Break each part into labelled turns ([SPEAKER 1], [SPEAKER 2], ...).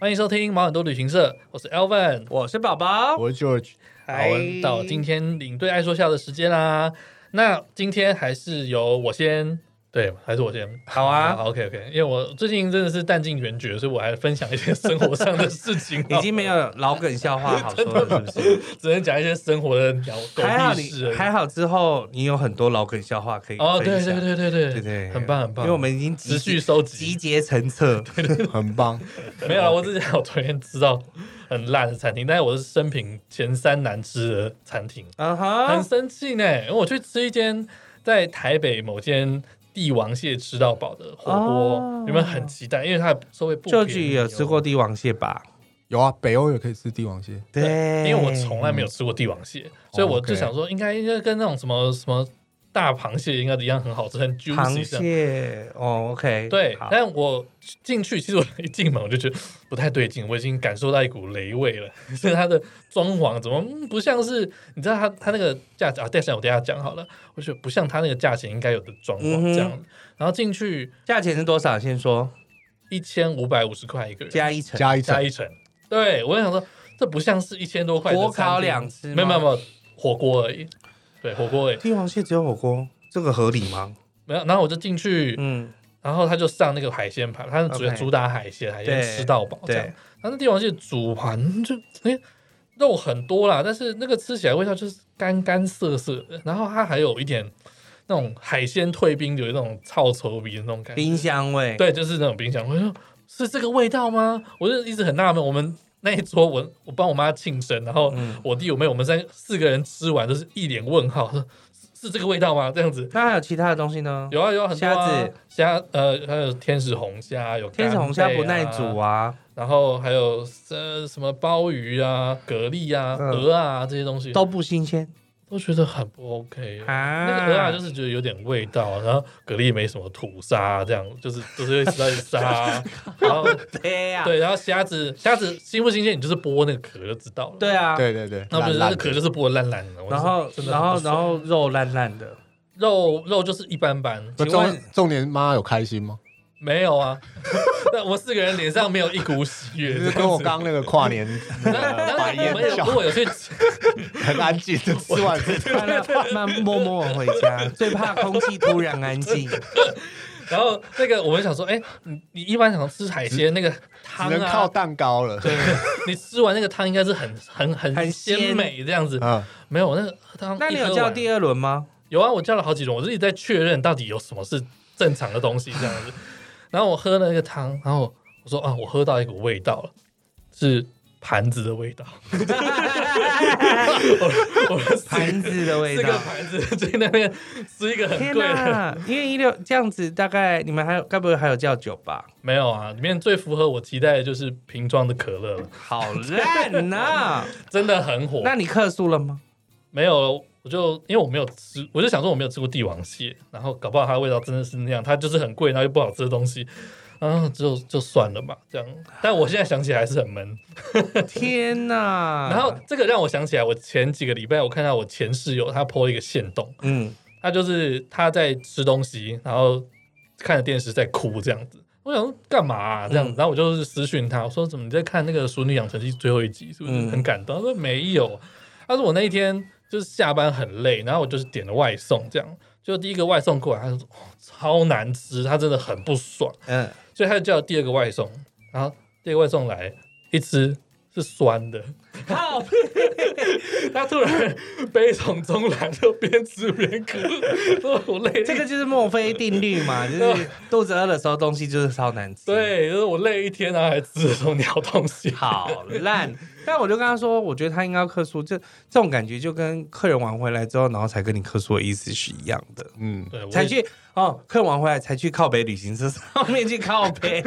[SPEAKER 1] 欢迎收听毛很多旅行社，我是 Elvin。
[SPEAKER 2] 我是宝宝，
[SPEAKER 3] 我是 George，
[SPEAKER 1] 好，到今天领队爱说笑的时间啦。那今天还是由我先，对，还是我先。
[SPEAKER 2] 好啊，
[SPEAKER 1] 好，OK OK，因为我最近真的是弹尽援绝，所以我还分享一些生活上的事情
[SPEAKER 2] ，
[SPEAKER 1] 哦
[SPEAKER 2] 已经没有老梗笑话好说了，是 不是？
[SPEAKER 1] 只能讲一些生活的鸟狗
[SPEAKER 2] 还好
[SPEAKER 1] 屁事
[SPEAKER 2] 你
[SPEAKER 1] 而已。
[SPEAKER 2] 还好之后你有很多老梗笑话可以
[SPEAKER 1] 哦，对
[SPEAKER 2] 分享
[SPEAKER 1] 对对对对
[SPEAKER 2] 对对，
[SPEAKER 1] 很棒很棒，
[SPEAKER 2] 因为我们已经集
[SPEAKER 1] 持续收集
[SPEAKER 2] 集结成册，
[SPEAKER 3] 很棒。
[SPEAKER 1] 没有啦，啊我只是讲我昨天吃到很烂的餐厅，但是我是生平前三难吃的餐厅，
[SPEAKER 2] 嗯
[SPEAKER 1] 很
[SPEAKER 2] 哼，
[SPEAKER 1] 生气呢。因为我去吃一间在台北某间帝王蟹吃到饱的火锅
[SPEAKER 2] 哦，
[SPEAKER 1] 你们很期待，因为它的收费不
[SPEAKER 2] 就
[SPEAKER 1] 便
[SPEAKER 2] 局
[SPEAKER 1] 宜
[SPEAKER 2] 有
[SPEAKER 1] 哦
[SPEAKER 2] 吃过，帝王蟹吧？
[SPEAKER 3] 有啊，北欧也可以吃帝王蟹，
[SPEAKER 2] 对，
[SPEAKER 1] 因为我从来没有吃过帝王蟹，所以
[SPEAKER 2] 哦
[SPEAKER 1] 我就想说，应该应该跟那种什么什么大螃蟹应该一样很好吃，很 juicy
[SPEAKER 2] 螃
[SPEAKER 1] 这样
[SPEAKER 2] 蟹哦，OK，
[SPEAKER 1] 对
[SPEAKER 2] 好，
[SPEAKER 1] 但我进去，其实我一进门我就觉得不太对劲，我已经感受到一股雷味了。 是它的装潢怎么、嗯不像是？你知道它它那个价值啊？但是我等一下讲好了，我觉得不像它那个价钱应该有的装
[SPEAKER 2] 嗯
[SPEAKER 1] 潢
[SPEAKER 2] 哼
[SPEAKER 1] 这样。然后进去
[SPEAKER 2] 价钱是多少？先说
[SPEAKER 1] 一千五百五十块一个人，
[SPEAKER 2] 加一成，
[SPEAKER 3] 加一层
[SPEAKER 1] 加一层。对我就想说，这不像是一千多块的
[SPEAKER 2] 火烤
[SPEAKER 1] 餐厅
[SPEAKER 2] 两只吗
[SPEAKER 1] 没有没有没有火锅而已。对火锅而已，
[SPEAKER 2] 帝王蟹只有火锅，这个合理吗？
[SPEAKER 1] 没有。然后我就进去，
[SPEAKER 2] 嗯，
[SPEAKER 1] 然后他就上那个海鲜盘，他主
[SPEAKER 2] OK
[SPEAKER 1] 主打海鲜，海鲜
[SPEAKER 2] 对
[SPEAKER 1] 吃到饱这样
[SPEAKER 2] 对。
[SPEAKER 1] 然后那帝王蟹煮盘就哎、肉很多啦，但是那个吃起来味道就是干干涩涩的，然后它还有一点那种海鲜退冰，有一种臭臭鼻的那种感觉。
[SPEAKER 2] 冰箱味，
[SPEAKER 1] 对，就是那种冰箱。我就说是这个味道吗？我就一直很纳闷。我们那一桌我我帮我妈庆生，然后
[SPEAKER 2] 嗯
[SPEAKER 1] 我弟我妹我们三四个人吃完都是一脸问号，说是是这个味道吗？这样子。
[SPEAKER 2] 那还有其他的东西呢？
[SPEAKER 1] 有啊有啊很多、
[SPEAKER 2] 虾
[SPEAKER 1] 啊
[SPEAKER 2] 子、
[SPEAKER 1] 虾呃还有天使红虾，有
[SPEAKER 2] 天使红虾不耐
[SPEAKER 1] 干
[SPEAKER 2] 煮
[SPEAKER 1] 贝啊，
[SPEAKER 2] 啊，
[SPEAKER 1] 然后还有呃什么鲍鱼啊、蛤蜊啊、
[SPEAKER 2] 嗯
[SPEAKER 1] 鹅啊这些东西，都
[SPEAKER 2] 都不新鲜
[SPEAKER 1] 都觉得很不 OK。
[SPEAKER 2] 啊。
[SPEAKER 1] 那个鹅啊，就是觉得有点味道，然后蛤蜊没什么吐沙，啊这样就是就是会吃到一 沙，啊然后
[SPEAKER 2] 对呀，
[SPEAKER 1] 对，然后虾子虾子新不新鲜，你就是剥那个壳就知道了。，
[SPEAKER 2] 对啊，
[SPEAKER 3] 对对对，
[SPEAKER 1] 那不是那
[SPEAKER 3] 烂
[SPEAKER 1] 个
[SPEAKER 3] 烂
[SPEAKER 1] 壳就是剥得烂烂的，我
[SPEAKER 2] 然后
[SPEAKER 1] 就是真的
[SPEAKER 2] 然
[SPEAKER 1] 很
[SPEAKER 2] 后
[SPEAKER 1] 不
[SPEAKER 2] 然
[SPEAKER 1] 爽
[SPEAKER 2] 后肉烂烂的，
[SPEAKER 1] 肉肉就是一般般，
[SPEAKER 3] 那
[SPEAKER 2] 请问
[SPEAKER 3] 重重点妈有开心吗？
[SPEAKER 1] 没有啊， 那我们四个人脸上没有一股喜悦，
[SPEAKER 3] 就是跟我刚那个跨年 那
[SPEAKER 1] 那
[SPEAKER 3] 个
[SPEAKER 1] 那
[SPEAKER 3] 摆
[SPEAKER 1] 我们
[SPEAKER 3] 宴
[SPEAKER 1] 有
[SPEAKER 3] 笑
[SPEAKER 1] 如，果有去，
[SPEAKER 3] 很安静，就吃完这
[SPEAKER 2] 慢慢默默回家，最怕空气突然安静。
[SPEAKER 1] 然后那个我们想说，哎、你你一般想吃海鲜那个汤
[SPEAKER 3] 只能靠
[SPEAKER 1] 啊，
[SPEAKER 3] 蛋糕了。
[SPEAKER 1] 对，你吃完那个汤应该是很很很
[SPEAKER 2] 很鲜
[SPEAKER 1] 鲜美这样子，
[SPEAKER 3] 嗯，
[SPEAKER 1] 没有那个汤。
[SPEAKER 2] 那你有叫第
[SPEAKER 1] 二？
[SPEAKER 2] 二轮吗？
[SPEAKER 1] 有啊，我叫了好几轮，我自己在确认到底有什么是正常的东西这样子。 然后我喝了那个汤，然后我说啊，我喝到一股味道了，是盘子的味道。 我我四个
[SPEAKER 2] 盘子的味
[SPEAKER 1] 四个
[SPEAKER 2] 道。
[SPEAKER 1] 盘啊子 在那边吃一个很
[SPEAKER 2] 天
[SPEAKER 1] 贵的。
[SPEAKER 2] 哪！因为一六这样子，大概你们还有该不会还有叫酒吧？
[SPEAKER 1] 没有啊，里面最符合我期待的就是瓶装的可乐 了，
[SPEAKER 2] 好烂呐！
[SPEAKER 1] 真的很火。
[SPEAKER 2] 那你客诉了吗？
[SPEAKER 1] 没有，我就因为我没有吃，我就想说我没有吃过帝王蟹，然后搞不好它的味道真的是那样，它就是很贵，然后又不好吃的东西，然后就就算了吧，这样。但我现在想起来还是很闷。
[SPEAKER 2] 天哪！
[SPEAKER 1] 然后这个让我想起来，我前几个礼拜我看到我前室友他 po 了一个线动，
[SPEAKER 2] 嗯，
[SPEAKER 1] 他就是他在吃东西，然后看着电视在哭这样子。我想说干嘛啊、这样子，
[SPEAKER 2] 嗯
[SPEAKER 1] 然后我就是私讯他，我说怎么你在看那个《熟女养成记》最后一集，是不是
[SPEAKER 2] 嗯
[SPEAKER 1] 很感动？他说没有，他说我那一天就是下班很累，然后我就是点了外送，这样就第一个外送过来，他说、哦、超难吃，他真的很不爽，
[SPEAKER 2] 嗯，
[SPEAKER 1] 所以他就叫第二个外送，然后第二个外送来一吃是酸的，
[SPEAKER 2] 好，
[SPEAKER 1] 他突然悲从中来，就边吃边 哭，说我累，
[SPEAKER 2] 这个就是墨菲定律嘛，就是肚子饿的时候东西就是超难吃。，
[SPEAKER 1] 对，就是我累一天然后还吃这种鸟东西。
[SPEAKER 2] 好烂。但我就跟他说，我觉得他应该要客诉，这这种感觉就跟客人玩回来之后，然后才跟你客诉的意思是一样的。
[SPEAKER 3] 嗯，
[SPEAKER 1] 对，我
[SPEAKER 2] 才
[SPEAKER 1] 也
[SPEAKER 2] 去哦，客人玩回来才去靠北旅行社上面去靠北，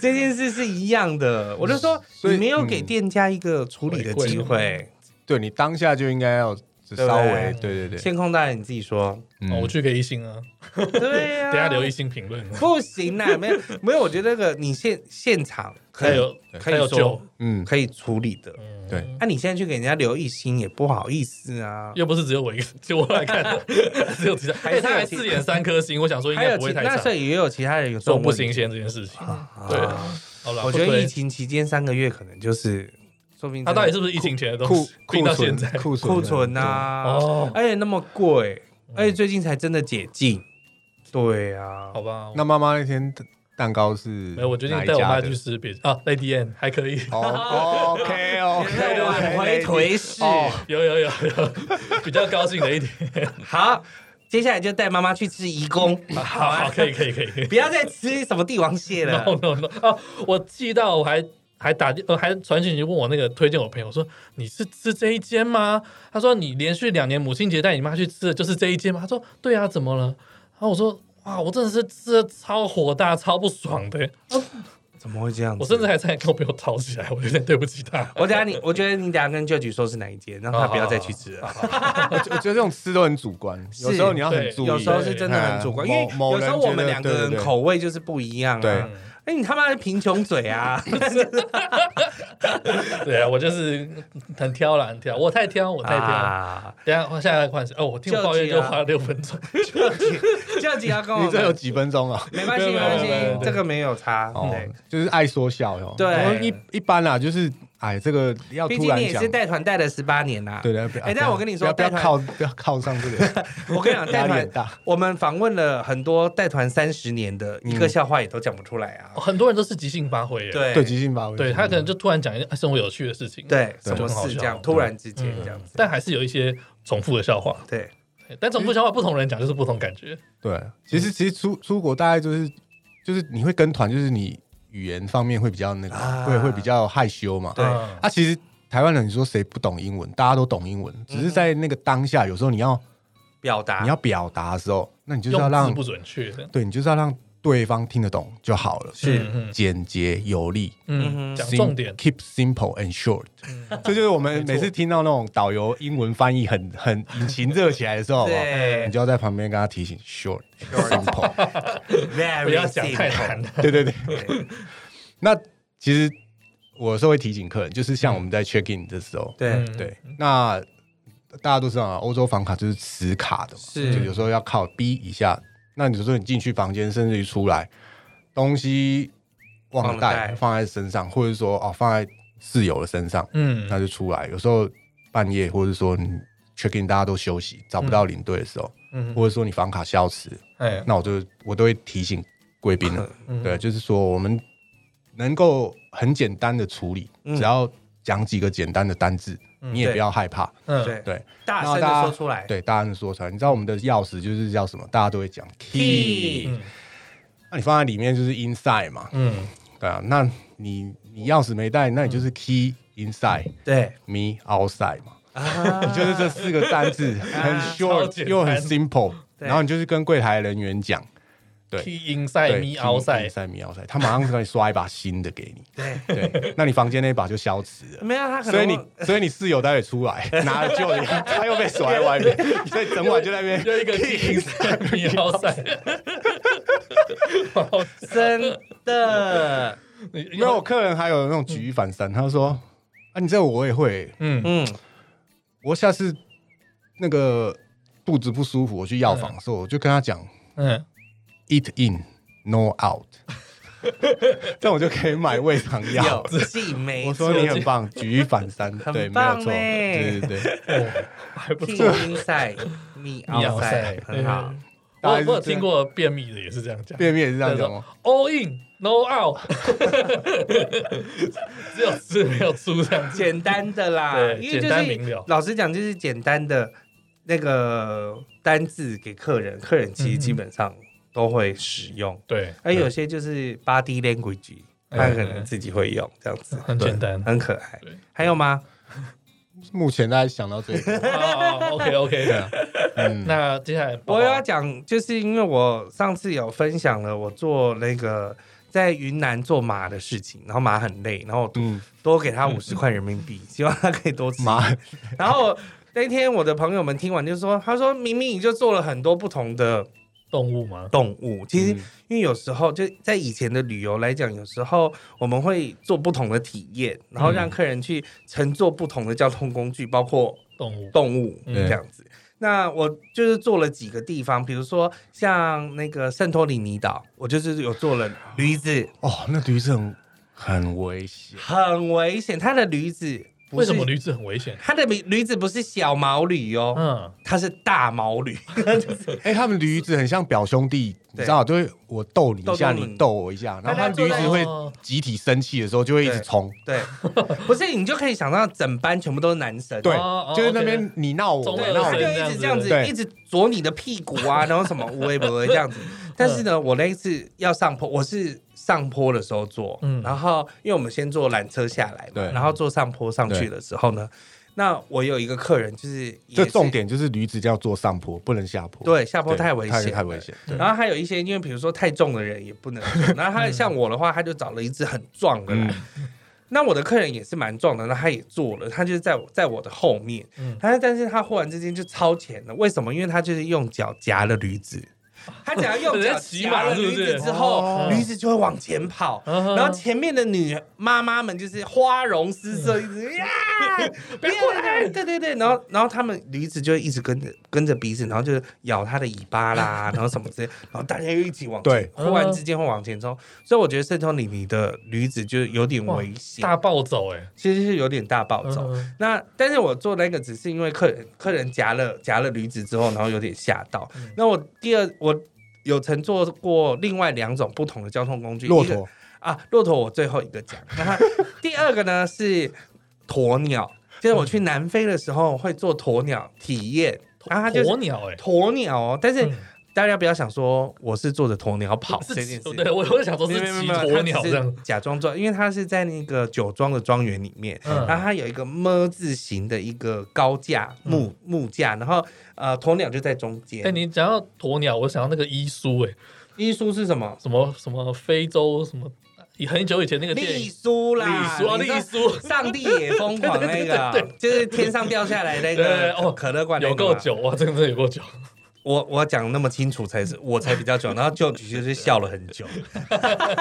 [SPEAKER 2] 这件事是一样 的。我就说，
[SPEAKER 3] 所以
[SPEAKER 2] 你没有给店家一个处理的机会。
[SPEAKER 3] 对你当下就应该要稍微，对对对，
[SPEAKER 2] 监控大人你自 己说，
[SPEAKER 3] 嗯
[SPEAKER 1] 哦我去给一星啊，
[SPEAKER 2] 对呀、
[SPEAKER 1] 等一下留一星评论。
[SPEAKER 2] 不行啦，没有没有，我觉得那个你现现场可
[SPEAKER 1] 还
[SPEAKER 2] 以
[SPEAKER 1] 有
[SPEAKER 3] 对
[SPEAKER 1] 还
[SPEAKER 2] 可以
[SPEAKER 1] 有
[SPEAKER 2] 说
[SPEAKER 1] 救，
[SPEAKER 3] 嗯，
[SPEAKER 2] 可以处理的。啊
[SPEAKER 1] 嗯
[SPEAKER 3] 对，
[SPEAKER 2] 那、你现在去给人家留一星也不好意思啊。
[SPEAKER 1] 又不是只有我一个， 就我来看， 只有其他，
[SPEAKER 2] 还是
[SPEAKER 1] 哎，他还
[SPEAKER 2] 有其
[SPEAKER 1] 四点三颗星，我想说应
[SPEAKER 2] 还
[SPEAKER 1] 该
[SPEAKER 2] 有
[SPEAKER 1] 不会
[SPEAKER 2] 其
[SPEAKER 1] 太差
[SPEAKER 2] 那所。以也有其他人有这
[SPEAKER 1] 说
[SPEAKER 2] 种
[SPEAKER 1] 不
[SPEAKER 2] 问题
[SPEAKER 1] 新鲜这件事情，
[SPEAKER 2] 啊
[SPEAKER 1] 对，好了，
[SPEAKER 2] 我觉得疫
[SPEAKER 1] 疫情
[SPEAKER 2] 情期间三个月可能就是，说不定
[SPEAKER 1] 它到底
[SPEAKER 2] 真
[SPEAKER 1] 是不是疫情前的东
[SPEAKER 3] 库
[SPEAKER 1] 西？
[SPEAKER 3] 库
[SPEAKER 1] 嗯冰到现
[SPEAKER 3] 存
[SPEAKER 1] 在
[SPEAKER 3] 库
[SPEAKER 2] 的库存
[SPEAKER 3] 啊，
[SPEAKER 2] 啊，
[SPEAKER 1] 哦，
[SPEAKER 2] 而且那么贵，而且最近才真的解禁。对啊，
[SPEAKER 1] 好吧，
[SPEAKER 3] 那妈妈那天蛋糕是
[SPEAKER 1] 没有，我最近
[SPEAKER 3] 哪一
[SPEAKER 1] 带我
[SPEAKER 3] 家
[SPEAKER 1] 妈
[SPEAKER 3] 的
[SPEAKER 1] 去吃别啊，Lady N 还可以，
[SPEAKER 3] 哦，OK
[SPEAKER 2] 对
[SPEAKER 3] OK，
[SPEAKER 2] 挽回颓势。
[SPEAKER 3] 哦
[SPEAKER 1] 有有有有， 比较高兴的一点，
[SPEAKER 2] 好，接下来就带妈妈去吃义工，好
[SPEAKER 1] 好，
[SPEAKER 2] 啊，
[SPEAKER 1] 可以可以可以。
[SPEAKER 2] 不要再吃什么帝王蟹 了
[SPEAKER 1] no。no no 啊！我记到我还还打电呃还传讯息问我那个推荐我朋友说你是吃这一间吗？他说你连续两年母亲节带你妈去吃的就是这一间吗？他说对啊，怎么了？然后我说哇，我真的是吃的超火大、超不爽的、
[SPEAKER 2] 怎么会这样子？
[SPEAKER 1] 我甚至还差点跟我朋友吵起来，我有点对不起他。
[SPEAKER 2] 我等下你，我觉得你等下跟 Judge 说是哪一间，
[SPEAKER 1] 哦
[SPEAKER 2] 让他不要再去吃了。
[SPEAKER 3] 我觉我觉得这种吃都很主观，有时候你要很
[SPEAKER 1] 对
[SPEAKER 3] 注意，
[SPEAKER 2] 有时候是真的很主观，因
[SPEAKER 3] 对
[SPEAKER 2] 为
[SPEAKER 3] 某
[SPEAKER 2] 有时候
[SPEAKER 3] 某人觉得
[SPEAKER 2] 我们两个
[SPEAKER 3] 对对
[SPEAKER 2] 人
[SPEAKER 3] 对
[SPEAKER 2] 口味就是不一样
[SPEAKER 3] 对
[SPEAKER 2] 啊。哎，你他妈的贫穷嘴 啊！
[SPEAKER 1] 对啊，我就是很挑啦，很挑，我太挑，我太挑。
[SPEAKER 2] 啊，
[SPEAKER 1] 等一下换下来换谁哦，我听我抱怨
[SPEAKER 2] 就急
[SPEAKER 1] 就
[SPEAKER 2] 啊
[SPEAKER 1] 花了六分钟。
[SPEAKER 2] 这样子要跟我
[SPEAKER 3] 你这有
[SPEAKER 2] 们，
[SPEAKER 3] 几分钟啊？
[SPEAKER 2] 没关系，
[SPEAKER 1] 没
[SPEAKER 2] 没
[SPEAKER 1] 有
[SPEAKER 2] 关
[SPEAKER 1] 没有没有
[SPEAKER 2] 系，这个没有差。
[SPEAKER 3] 哦
[SPEAKER 2] 对，，
[SPEAKER 3] 就是爱说笑哟。
[SPEAKER 2] 对
[SPEAKER 3] 我们一一般啦，就是哎，这个要
[SPEAKER 2] 毕
[SPEAKER 3] 突
[SPEAKER 2] 竟
[SPEAKER 3] 然
[SPEAKER 2] 你也
[SPEAKER 3] 讲
[SPEAKER 2] 是，带团带了十八年啦。
[SPEAKER 3] 对的。不要
[SPEAKER 2] 哎但
[SPEAKER 3] 不要
[SPEAKER 2] 我跟你说
[SPEAKER 3] 不
[SPEAKER 2] 带
[SPEAKER 3] 要不
[SPEAKER 2] 团
[SPEAKER 3] 要靠不要靠上这个，
[SPEAKER 2] 我跟你讲，带
[SPEAKER 3] 压力
[SPEAKER 2] 团
[SPEAKER 3] 很大。
[SPEAKER 2] 我们访问了很多带团三十年的，一个笑话也都讲不出来啊。
[SPEAKER 1] 很多人都是即兴发挥耶，
[SPEAKER 2] 对
[SPEAKER 3] 嗯对，即兴发挥，
[SPEAKER 1] 对他可能就突然讲一件生活有趣的事情，
[SPEAKER 2] 对，
[SPEAKER 3] 对
[SPEAKER 2] 什么
[SPEAKER 1] 很
[SPEAKER 2] 事这
[SPEAKER 1] 好笑
[SPEAKER 2] 样突然之间
[SPEAKER 3] 嗯
[SPEAKER 2] 这样子，
[SPEAKER 1] 但还是有一些重复的笑话。
[SPEAKER 2] 对，
[SPEAKER 1] 对但重复笑话不同人讲就是不同感觉。
[SPEAKER 3] 对。其实其实出出国大概就是就是你会跟团，就是你语言方面会比较那个，
[SPEAKER 2] 啊
[SPEAKER 3] 会会比较害羞嘛。
[SPEAKER 2] 对
[SPEAKER 1] 嗯
[SPEAKER 3] 啊，其实台湾人，你说谁不懂英文？大家都懂英文，只
[SPEAKER 2] 嗯
[SPEAKER 3] 是在那个当下，有时候你要
[SPEAKER 2] 表达
[SPEAKER 3] 你要表达的时候，那你就是要
[SPEAKER 1] 用字
[SPEAKER 3] 让
[SPEAKER 1] 不准确的，
[SPEAKER 3] 对你就是要让对方听得懂就好了，
[SPEAKER 2] 是
[SPEAKER 1] 嗯
[SPEAKER 3] 简洁有力。
[SPEAKER 1] 嗯，
[SPEAKER 2] 嗯
[SPEAKER 1] 讲重点嗯
[SPEAKER 3] Sim-，keep simple and short。这就是我们每次听到那种导游英文翻译很很引擎热起来的时候，好不好哦你
[SPEAKER 2] 对
[SPEAKER 3] 就要在旁边跟他提醒 short simple。
[SPEAKER 2] ，very
[SPEAKER 1] 不要讲太
[SPEAKER 2] simple
[SPEAKER 1] 难了。
[SPEAKER 3] 对对对。
[SPEAKER 2] 对
[SPEAKER 3] 那其实我是会提醒客人，就是像我们在 check in 的时候，
[SPEAKER 2] 对
[SPEAKER 1] 嗯
[SPEAKER 3] 对，那大家都知道啊，欧洲房卡就是磁卡的嘛，
[SPEAKER 2] 是
[SPEAKER 3] 就有时候要靠逼一下。那你说你进去房间，甚至于出来，东西忘了
[SPEAKER 2] 忘了
[SPEAKER 3] 带，
[SPEAKER 2] 带
[SPEAKER 3] 放在身上，或者说哦放在室友的身上，
[SPEAKER 1] 嗯
[SPEAKER 3] 那就出来。有时候半夜，或者说你 check in 大家都休息，找不到领队的时候，
[SPEAKER 1] 嗯，
[SPEAKER 3] 或者说你房卡消磁，
[SPEAKER 1] 哎，
[SPEAKER 3] 那我就我都会提醒贵宾了。
[SPEAKER 1] 嗯
[SPEAKER 3] 对，，就是说我们能够很简单的处理，
[SPEAKER 2] 嗯
[SPEAKER 3] 只要讲几个简单的单字，
[SPEAKER 1] 嗯
[SPEAKER 3] 你也
[SPEAKER 2] 对
[SPEAKER 3] 不要害怕。
[SPEAKER 1] 嗯，
[SPEAKER 2] 对
[SPEAKER 3] 对，
[SPEAKER 2] 大
[SPEAKER 3] 然
[SPEAKER 2] 声
[SPEAKER 3] 后
[SPEAKER 2] 的
[SPEAKER 3] 大家
[SPEAKER 2] 说出来，
[SPEAKER 3] 对，大家能说出来。你知道我们的钥匙就是叫什么？大家都会讲
[SPEAKER 2] Key
[SPEAKER 1] 嗯
[SPEAKER 3] 那你放在里面就是 inside 嘛，
[SPEAKER 1] 嗯
[SPEAKER 3] 对啊。那你你钥匙没带，那你就是
[SPEAKER 2] 嗯
[SPEAKER 3] key inside。
[SPEAKER 2] 对
[SPEAKER 3] Me outside 嘛，
[SPEAKER 2] 啊，
[SPEAKER 3] 你 就是这四个单 字，很
[SPEAKER 1] 超简
[SPEAKER 3] short
[SPEAKER 1] 单
[SPEAKER 3] 又很 simple，
[SPEAKER 2] 对
[SPEAKER 3] 然后你就是跟柜台人员讲，对
[SPEAKER 1] ，Key inside me outside，
[SPEAKER 3] 塞米 outside，他马上可以刷一把新的给你，
[SPEAKER 2] 对，
[SPEAKER 3] 对，那你房间那一把就消磁 了。
[SPEAKER 2] 没有他可能
[SPEAKER 3] 所以
[SPEAKER 2] 忘
[SPEAKER 3] 你，所以你室友待会出来拿了 救你，他又被锁在外面，所以整晚就在那边。
[SPEAKER 1] 又一个 Key inside me outside，
[SPEAKER 2] 真的，
[SPEAKER 1] 没
[SPEAKER 3] 因为我，客人还有那种举一反三，他就说：“啊，你这个我也会，
[SPEAKER 1] 嗯
[SPEAKER 2] 嗯，
[SPEAKER 3] 我下次那个肚子不舒服，我去药房的时候，我就跟他讲
[SPEAKER 1] 嗯，
[SPEAKER 3] eat in no out，这样我就可以买胃肠药
[SPEAKER 2] 有。”记没
[SPEAKER 3] 我
[SPEAKER 2] 错
[SPEAKER 3] 说你很棒，举一反三，
[SPEAKER 2] 很
[SPEAKER 3] 对，没有
[SPEAKER 2] 棒
[SPEAKER 3] 错，对
[SPEAKER 2] 欸
[SPEAKER 3] 对对，
[SPEAKER 1] 哦还不
[SPEAKER 2] ，King
[SPEAKER 1] 错。
[SPEAKER 2] inside me
[SPEAKER 1] 你 outside
[SPEAKER 2] outside，很好，
[SPEAKER 1] 我
[SPEAKER 3] 大概
[SPEAKER 1] 我
[SPEAKER 3] 是
[SPEAKER 1] 有
[SPEAKER 3] 这
[SPEAKER 1] 听
[SPEAKER 3] 样
[SPEAKER 1] 过便秘的也是这样讲，
[SPEAKER 3] 便秘也是这样讲吗？
[SPEAKER 1] all in no out，只有吃没有出这样子。
[SPEAKER 2] 简单的啦，
[SPEAKER 1] 对
[SPEAKER 2] 因为
[SPEAKER 1] 简单明
[SPEAKER 2] 就是
[SPEAKER 1] 了
[SPEAKER 2] 老实讲，就是简单的那个单字给客人，客人其实基本上都会使用，
[SPEAKER 1] 嗯对，哎
[SPEAKER 2] 而有些就是 body language，他可能自己会用，这样子
[SPEAKER 1] 很简单。
[SPEAKER 2] 很可爱
[SPEAKER 1] 对。
[SPEAKER 2] 还有吗？
[SPEAKER 3] 目前大家想到 这个，
[SPEAKER 1] OK
[SPEAKER 3] 对
[SPEAKER 1] OK，
[SPEAKER 3] 啊，嗯，
[SPEAKER 1] 那接下来宝宝
[SPEAKER 2] 我要讲，就是因为我上次有分享了我做那个在云南做马的事情，然后马很累，然后我多
[SPEAKER 3] 嗯，
[SPEAKER 2] 多给他五十块人民币，希望他可以多吃一点
[SPEAKER 3] 麻
[SPEAKER 2] 然后那天我的朋友们听完就说，他说明明你就做了很多不同的
[SPEAKER 1] 动物吗？
[SPEAKER 2] 动物，其实
[SPEAKER 3] 嗯
[SPEAKER 2] 因为有时候就在以前的旅游来讲，有时候我们会做不同的体验，然后让
[SPEAKER 3] 嗯
[SPEAKER 2] 客人去乘坐不同的交通工具，包括
[SPEAKER 1] 动物，
[SPEAKER 2] 动物
[SPEAKER 1] 嗯
[SPEAKER 2] 这样子。那我就是做了几个地方，比如说像那个圣托里尼岛，我就是有做了驴子，
[SPEAKER 3] 哦，那驴是很很危险。
[SPEAKER 2] 很危险。它的驴子不
[SPEAKER 1] 为
[SPEAKER 2] 是
[SPEAKER 1] 什么？驴子很危险？
[SPEAKER 2] 它的驴驴子不是小毛驴哦，
[SPEAKER 1] 嗯，
[SPEAKER 2] 它是大毛驴。
[SPEAKER 3] 哎、他们驴子很像表兄弟，你
[SPEAKER 2] 对
[SPEAKER 3] 知道，就会我逗你一下，
[SPEAKER 2] 逗逗你
[SPEAKER 3] 你逗我一下，然后
[SPEAKER 2] 大家
[SPEAKER 3] 他们
[SPEAKER 2] 坐
[SPEAKER 3] 驴
[SPEAKER 2] 在
[SPEAKER 3] 子会集体生气的时候就会一直
[SPEAKER 2] 对
[SPEAKER 3] 冲，
[SPEAKER 2] 对，不是你就可以想到整班全部都是男生，
[SPEAKER 3] 对
[SPEAKER 1] 哦哦，
[SPEAKER 3] 就是那
[SPEAKER 1] OK
[SPEAKER 3] 边你闹我，
[SPEAKER 1] 中
[SPEAKER 3] 我
[SPEAKER 1] 二
[SPEAKER 2] 然
[SPEAKER 3] 闹
[SPEAKER 2] 后
[SPEAKER 1] 生
[SPEAKER 2] 他
[SPEAKER 3] 你
[SPEAKER 2] 就一直这样子，
[SPEAKER 3] 对
[SPEAKER 2] 一直啄你的屁股啊，然后 什么无微不微这样子。但是呢，我那一次要上坡，我是上坡的时候坐，
[SPEAKER 1] 嗯
[SPEAKER 2] 然后因为我们先坐缆车下来嘛
[SPEAKER 3] 对，
[SPEAKER 2] 然后坐上坡上去的时候呢，那我有一个客人就是也
[SPEAKER 3] 这
[SPEAKER 2] 是
[SPEAKER 3] 重点就是驴子要坐上坡，不能下坡。
[SPEAKER 2] 对下坡
[SPEAKER 3] 对，
[SPEAKER 2] 太危险，
[SPEAKER 3] 太危。险。对，
[SPEAKER 2] 然后还有一些，因为比如说太重的人也不能 坐。然后他像我的话，他就找了一只很壮的来。
[SPEAKER 1] 嗯
[SPEAKER 2] 那我的客人也是蛮壮的，那他也坐了，他就是在我在我的后面。
[SPEAKER 1] 嗯
[SPEAKER 2] 他但是他忽然之间就超前了，为什么？因为他就是用脚夹了驴子，他只要用
[SPEAKER 1] 人
[SPEAKER 2] 脚
[SPEAKER 1] 家骑
[SPEAKER 2] 夹
[SPEAKER 1] 马
[SPEAKER 2] 了
[SPEAKER 1] 是不
[SPEAKER 2] 驴
[SPEAKER 1] 是
[SPEAKER 2] 子之后，
[SPEAKER 3] 哦
[SPEAKER 2] 驴子就会往前跑。
[SPEAKER 1] 嗯哼
[SPEAKER 2] 然后前面的女妈妈们就是花容失色，一直呀，不要过来！对对对，然后然后他们驴子就会一直跟着跟着鼻子，然后就咬它的尾巴啦，然后什么之类，然后大家又一起往前
[SPEAKER 3] 对，
[SPEAKER 2] 忽然之间会往前冲，所以我觉得圣托里尼的驴子就有点
[SPEAKER 1] 哇
[SPEAKER 2] 危险，
[SPEAKER 1] 大暴走哎，
[SPEAKER 2] 其实是有点大暴走。
[SPEAKER 1] 嗯
[SPEAKER 2] 那但是我做那个只是因为客人客人夹了夹了驴子之后，然后有点吓到。那我第二我有乘坐过另外两种不同的交通工具，
[SPEAKER 3] 骆
[SPEAKER 2] 一个
[SPEAKER 3] 驼
[SPEAKER 2] 啊，骆驼我最后一个讲，然后第二个呢是鸵鸟，就是我去南非的时候会做鸵鸟体验，然后它就是
[SPEAKER 1] 鸵鸟哎，
[SPEAKER 2] 鸵鸟哦，但是
[SPEAKER 1] 嗯
[SPEAKER 2] 大家不要想说我是坐着鸵鸟跑
[SPEAKER 1] 是
[SPEAKER 2] 这件事。
[SPEAKER 1] 对我我想说是
[SPEAKER 2] 没有
[SPEAKER 1] 骑
[SPEAKER 2] 没有没有
[SPEAKER 1] 鸵
[SPEAKER 2] 它只
[SPEAKER 1] 鸟
[SPEAKER 2] 是
[SPEAKER 1] 这样，
[SPEAKER 2] 假装庄，因为它是在那个酒庄的庄园里面，
[SPEAKER 1] 嗯
[SPEAKER 2] 然后它有一个么字形的一个高架木、木架，然后呃鸵鸟就在中间。
[SPEAKER 1] 嗯哎，你讲到鸵鸟，我想到那个伊苏哎，
[SPEAKER 2] 艺术是什么？
[SPEAKER 1] 什么什么非洲什么，很久以前那个电
[SPEAKER 2] 丽
[SPEAKER 1] 影
[SPEAKER 2] 书啦，
[SPEAKER 1] 丽苏啊
[SPEAKER 2] 你知道
[SPEAKER 1] 丽苏
[SPEAKER 2] 上帝也疯狂 那
[SPEAKER 1] 对
[SPEAKER 2] 个，啊就是天上掉下来那
[SPEAKER 1] 对对
[SPEAKER 2] 个
[SPEAKER 1] 哦
[SPEAKER 2] 可乐罐那
[SPEAKER 1] 有
[SPEAKER 2] 个嘛
[SPEAKER 1] 够久哇，真的有够久，
[SPEAKER 2] 我我讲那么清楚才是，我才比较久，然后就就是笑了很久，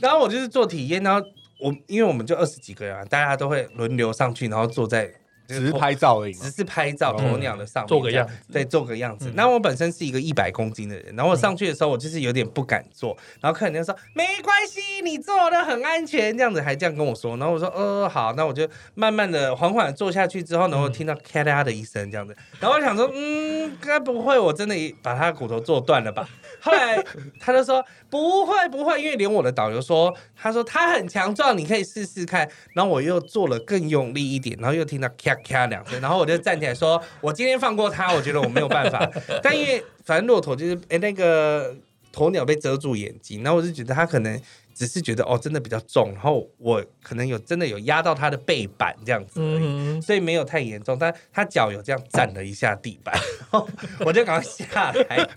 [SPEAKER 2] 然后我就是做体验，然后我因为我们就二十几个人、啊，大家都会轮流上去，然后坐在
[SPEAKER 3] 只是拍照而已嘛
[SPEAKER 2] 只。是拍照
[SPEAKER 3] 嗯
[SPEAKER 2] 鸵鸟的上面，
[SPEAKER 1] 做个样子，嗯
[SPEAKER 2] 对，做个样子。那我本身是一个一百公斤的人，然后我上去的时候，我就是有点不敢坐，然后客人就说没关系，你坐的很安全，这样子还这样跟我说，然后我说呃好，那我就慢慢的缓缓地坐下去之
[SPEAKER 1] 嗯
[SPEAKER 2] 后呢，我听到咔啦的一声这样子，然后我想说嗯，该不会我真的把他的骨头坐断了吧？ 后来他就说不会不会，因为连我的导游说，他说他很强壮，你可以试试看。然后我又做了更用力一点，然后又听到咔咔两声，然后我就站起来说，我今天放过他，我觉得我没有办法。但因为反正骆驼就是哎那个鸵鸟被遮住眼睛，然后我就觉得他可能只是觉得哦真的比较重，然后我可能有真的有压到他的背板这样子而已。
[SPEAKER 1] 嗯，
[SPEAKER 2] 所以没有太严重，但他脚有这样站了一下地板， 我就赶快下来了，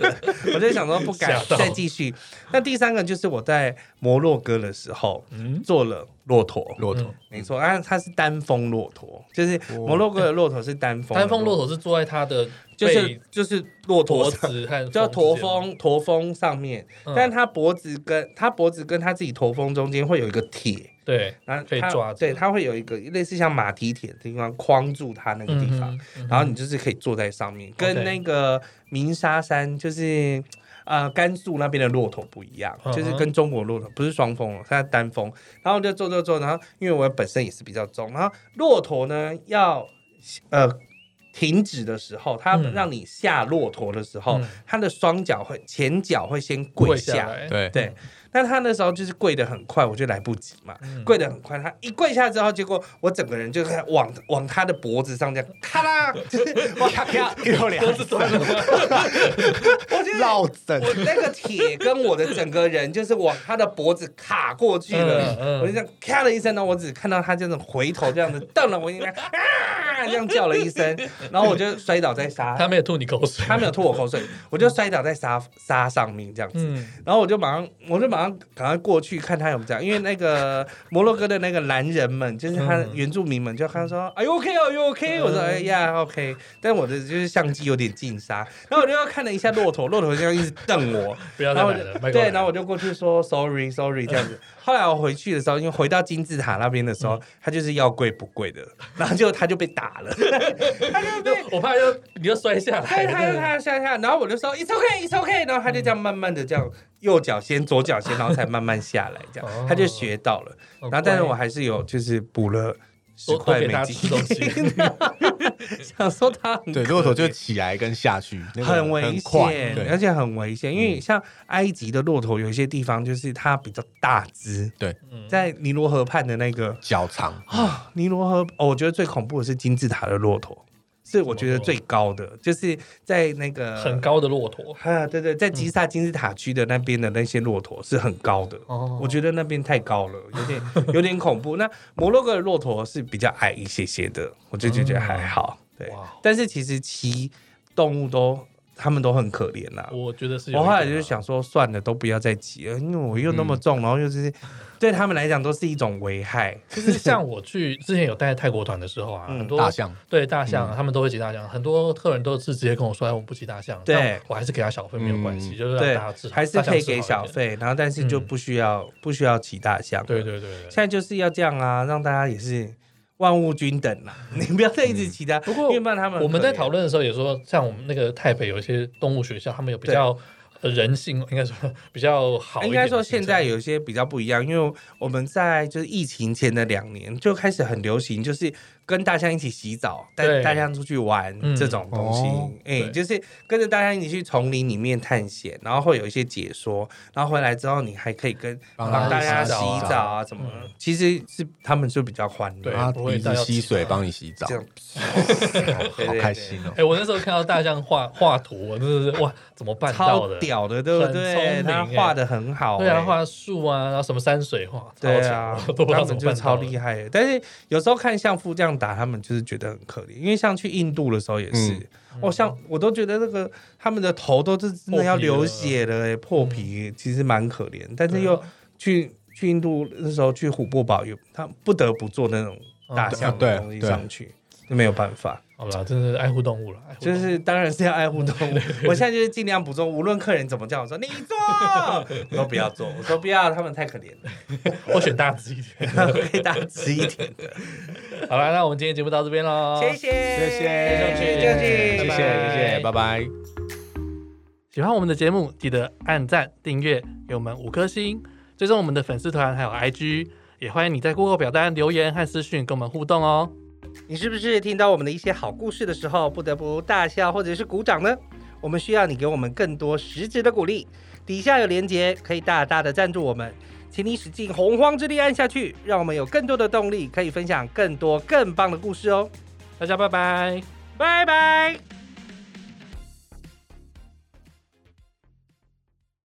[SPEAKER 2] 我就想说不敢
[SPEAKER 1] 吓到
[SPEAKER 2] 再继续。那第三个就是我在摩洛哥的时候，
[SPEAKER 1] 嗯
[SPEAKER 2] 坐了骆驼，
[SPEAKER 3] 骆驼，
[SPEAKER 2] 没错，啊，它是单峰骆驼，就是
[SPEAKER 3] 哦
[SPEAKER 2] 摩洛哥的骆驼是单峰，
[SPEAKER 1] 单峰骆驼是坐在它的
[SPEAKER 2] 就是
[SPEAKER 1] 背
[SPEAKER 2] 就是骆
[SPEAKER 1] 驼
[SPEAKER 2] 驼上。
[SPEAKER 1] 子和
[SPEAKER 2] 叫驼
[SPEAKER 1] 之间吗，
[SPEAKER 2] 峰，驼峰上面，
[SPEAKER 1] 嗯
[SPEAKER 2] 但它脖子跟它脖子跟它自己驼峰中间会有一个铁，
[SPEAKER 1] 对，
[SPEAKER 2] 然后
[SPEAKER 1] 可以
[SPEAKER 2] 它
[SPEAKER 1] 抓着
[SPEAKER 2] 对，它会有一个类似像马蹄铁的地方框住它那个地方，
[SPEAKER 1] 嗯哼，
[SPEAKER 2] 然后你就是可以坐在上面，
[SPEAKER 1] OK
[SPEAKER 2] 跟那个鸣沙山就是呃甘肃那边的骆驼不一样，
[SPEAKER 1] 嗯哼
[SPEAKER 2] 就是跟中国骆驼不是双峰哦，它是单峰。然后就坐坐坐，然后因为我本身也是比较重，然后骆驼呢要呃停止的时候，它
[SPEAKER 1] 嗯
[SPEAKER 2] 让你下骆驼的时候，
[SPEAKER 1] 嗯
[SPEAKER 2] 它的双脚会前脚会先
[SPEAKER 1] 跪
[SPEAKER 2] 跪下。
[SPEAKER 1] 来，
[SPEAKER 3] 对
[SPEAKER 2] 对，那他那时候就是跪得很快，我就来不及嘛，
[SPEAKER 1] 嗯
[SPEAKER 2] 跪得很快。他一跪下之后，结果我整个人就开始往往他的脖子上这样，咔啦， 就是往咔咔，
[SPEAKER 3] 又两
[SPEAKER 1] 脖子断了吗？
[SPEAKER 2] 我就是
[SPEAKER 3] 绕枕，
[SPEAKER 2] 我那个铁跟我的整个人就是往他的脖子卡过去了，
[SPEAKER 1] 嗯嗯
[SPEAKER 2] 我就这样咔了一声，然后我只看到他这种回头这样子瞪了我一眼，啊，这样叫了一声，然后我就摔倒在沙，
[SPEAKER 1] 他没有吐你口水，
[SPEAKER 2] 他没有吐我口水，我就摔倒在沙沙上面这样子。
[SPEAKER 1] 嗯，
[SPEAKER 2] 然后我就马上，我就马上赶快过去看他有没有这样，因为那个摩洛哥的那个男人们，就是他的
[SPEAKER 1] 嗯
[SPEAKER 2] 原住民们，就看说，Are you OK? Are you OK? 我说，
[SPEAKER 1] 嗯
[SPEAKER 2] 哎呀，OK。但我的就是相机有点近 沙，然后我就要看了一下骆驼，骆驼这样一直瞪我，
[SPEAKER 1] 不 要再
[SPEAKER 2] 然后
[SPEAKER 1] 来
[SPEAKER 2] 我
[SPEAKER 1] 了，麦
[SPEAKER 2] 就
[SPEAKER 1] 克嗯
[SPEAKER 2] 对，
[SPEAKER 1] 来
[SPEAKER 2] 然后我就过去说 sorry sorry 这样子。后来我回去的时候，因为回到金字塔那边的时
[SPEAKER 1] 嗯
[SPEAKER 2] 候，他就是要跪不跪的，然后就他就被打了，他就被
[SPEAKER 1] 我怕又你又摔下
[SPEAKER 2] 他
[SPEAKER 1] 来，
[SPEAKER 2] 他
[SPEAKER 1] 对
[SPEAKER 2] 他下下，然后我就说 it's okay it's okay，然后他就这样慢慢的这样右脚先，左脚先，然后才慢慢下来，这
[SPEAKER 1] 哦
[SPEAKER 2] 样他就学到了。
[SPEAKER 1] 好
[SPEAKER 2] 然后，但是
[SPEAKER 1] 乖
[SPEAKER 2] 我还是有就是补了十
[SPEAKER 1] 多多
[SPEAKER 2] 块
[SPEAKER 1] 给
[SPEAKER 2] 美
[SPEAKER 1] 他吃
[SPEAKER 2] 金
[SPEAKER 1] 东，西，
[SPEAKER 2] 想说他很
[SPEAKER 3] 对，
[SPEAKER 2] 可
[SPEAKER 3] 骆驼就
[SPEAKER 2] 怜
[SPEAKER 3] 起来跟下去，那个
[SPEAKER 2] 很危
[SPEAKER 3] 很快，
[SPEAKER 2] 险，而
[SPEAKER 3] 对
[SPEAKER 2] 且很危险，因为像埃及的骆驼，有一些地方就是它比较大只，
[SPEAKER 3] 对，
[SPEAKER 2] 在尼罗河畔的那个
[SPEAKER 3] 脚长，
[SPEAKER 2] 啊，尼罗河、哦我觉得最恐怖的是金字塔的骆驼，是我觉得最高的，就是在那个
[SPEAKER 1] 很。高的骆驼
[SPEAKER 2] 啊，对对，在
[SPEAKER 1] 嗯
[SPEAKER 2] 吉萨金字塔区的那边的那些骆驼是很高的，
[SPEAKER 1] 哦
[SPEAKER 2] 我觉得那边太高了，有点有点恐怖。那摩洛哥的骆驼是比较矮一些些的，我就觉得还好。对
[SPEAKER 1] 嗯哇，
[SPEAKER 2] 但是其实骑动物都，他们都很可怜啦、
[SPEAKER 1] 我觉得是有一点啊。
[SPEAKER 2] 我
[SPEAKER 1] 嗯
[SPEAKER 2] 后来就是想说，算了，都不要再骑了，因为我又那么重，然后又是对他们来讲都是一种危害。
[SPEAKER 1] 就是像我去之前有带泰国团的时候啊，
[SPEAKER 2] 嗯
[SPEAKER 1] 很多
[SPEAKER 3] 大象
[SPEAKER 1] 对大象啊，他们都会骑大象，很多客人都是直接跟我说，哎，我不骑大象，
[SPEAKER 2] 对嗯
[SPEAKER 1] 但我还是给他小费没有关系，就是让
[SPEAKER 2] 对
[SPEAKER 1] 大家吃，，
[SPEAKER 2] 还是可以给小
[SPEAKER 1] 大象吃好一点。
[SPEAKER 2] 费，然后但是就
[SPEAKER 1] 嗯
[SPEAKER 2] 不需要、不需要骑大象。
[SPEAKER 1] 对对对对
[SPEAKER 2] 现在就是要这样啊，让大家也是万物均等啦。 你不要再一直骑他，
[SPEAKER 1] 嗯不过
[SPEAKER 2] 因为不然他们很
[SPEAKER 1] 我们在
[SPEAKER 2] 可怜
[SPEAKER 1] 讨论的时候也说，像我们那个台北有一些动物学校，他们有比较呃人性，应该说比较好一
[SPEAKER 2] 应
[SPEAKER 1] 点的行程。
[SPEAKER 2] 该说现在有一些比较不一样，因为我们在就是疫情前的两年就开始很流行，就是跟大象一起洗澡，带
[SPEAKER 1] 对
[SPEAKER 2] 大象出去玩、
[SPEAKER 1] 嗯
[SPEAKER 2] 这种东西
[SPEAKER 3] 哦。
[SPEAKER 2] 哎、
[SPEAKER 1] 对
[SPEAKER 2] 就是跟着大象一起去丛林里面探险，然后会有一些解说，然后回来之后你还可以跟
[SPEAKER 3] 帮
[SPEAKER 1] 他
[SPEAKER 2] 帮大家
[SPEAKER 1] 洗
[SPEAKER 2] 洗
[SPEAKER 1] 澡啊
[SPEAKER 2] 澡啊什么的。其实是他们就比较欢乐
[SPEAKER 1] 对，
[SPEAKER 3] 然后
[SPEAKER 1] 不
[SPEAKER 3] 他
[SPEAKER 1] 会
[SPEAKER 3] 啊一
[SPEAKER 1] 大
[SPEAKER 3] 直
[SPEAKER 1] 家
[SPEAKER 3] 吸
[SPEAKER 1] 起来
[SPEAKER 3] 水帮你洗澡
[SPEAKER 2] 这，样 对
[SPEAKER 3] 好好
[SPEAKER 2] 对对
[SPEAKER 3] 开心哦
[SPEAKER 1] 哎、。我那时候看到大象画画图，我真的是哇，怎么办到
[SPEAKER 2] 超
[SPEAKER 1] 的？
[SPEAKER 2] 屌的，对不对？
[SPEAKER 1] 很聪明
[SPEAKER 2] 他
[SPEAKER 1] 哎
[SPEAKER 2] 欸画的很好、
[SPEAKER 1] 对啊，
[SPEAKER 2] 哎
[SPEAKER 1] 画树啊，然后什么山水画，超
[SPEAKER 2] 对
[SPEAKER 1] 强
[SPEAKER 2] 啊
[SPEAKER 1] 我都，不知
[SPEAKER 2] 他
[SPEAKER 1] 道怎
[SPEAKER 2] 们
[SPEAKER 1] 么
[SPEAKER 2] 就
[SPEAKER 1] 办
[SPEAKER 2] 超
[SPEAKER 1] 到的
[SPEAKER 2] 厉害的。但是有时候看相父这样打，他们就是觉得很可怜，因为像去印度的时候也是，我、像我都觉得那个他们的头都是真的要流血嗯了、欸，破皮，其实蛮可怜。但是又去去印度那时候去琥珀堡，有他不得不做那种大象
[SPEAKER 3] 对
[SPEAKER 2] 的
[SPEAKER 3] 啊
[SPEAKER 2] 东西
[SPEAKER 3] 对
[SPEAKER 2] 上去。没有办法，
[SPEAKER 1] 好啦，真的是爱护动物了，爱护
[SPEAKER 2] 就
[SPEAKER 1] 动物
[SPEAKER 2] 是当然是要爱护动物。我现在就是尽量不做，无论客人怎么叫我说你做，我说不要做，我说不要，他们太可怜了，
[SPEAKER 1] 我选大只一点。
[SPEAKER 2] 可以大吃一点。
[SPEAKER 1] 好啦，那我们今天节目到这边喽，
[SPEAKER 2] 谢谢，谢
[SPEAKER 3] 谢
[SPEAKER 1] 谢
[SPEAKER 2] 谢
[SPEAKER 3] 谢谢
[SPEAKER 2] 谢，
[SPEAKER 1] 拜
[SPEAKER 3] 谢
[SPEAKER 1] 拜
[SPEAKER 3] 谢，拜拜。
[SPEAKER 1] 喜欢我们的节目，记得按赞、订阅，给我们五颗星，追踪我们的粉丝团还有 IG，也欢迎你在 Google 表单留言和私讯跟我们互动哦。
[SPEAKER 2] 你是不是听到我们的一些好故事的时候，不得不大笑或者是鼓掌呢？我们需要你给我们更多实质的鼓励。底下有连结，可以大大的赞助我们，请你使尽洪荒之力按下去，让我们有更多的动力，可以分享更多更棒的故事哦。
[SPEAKER 1] 大家拜拜。
[SPEAKER 2] 拜拜。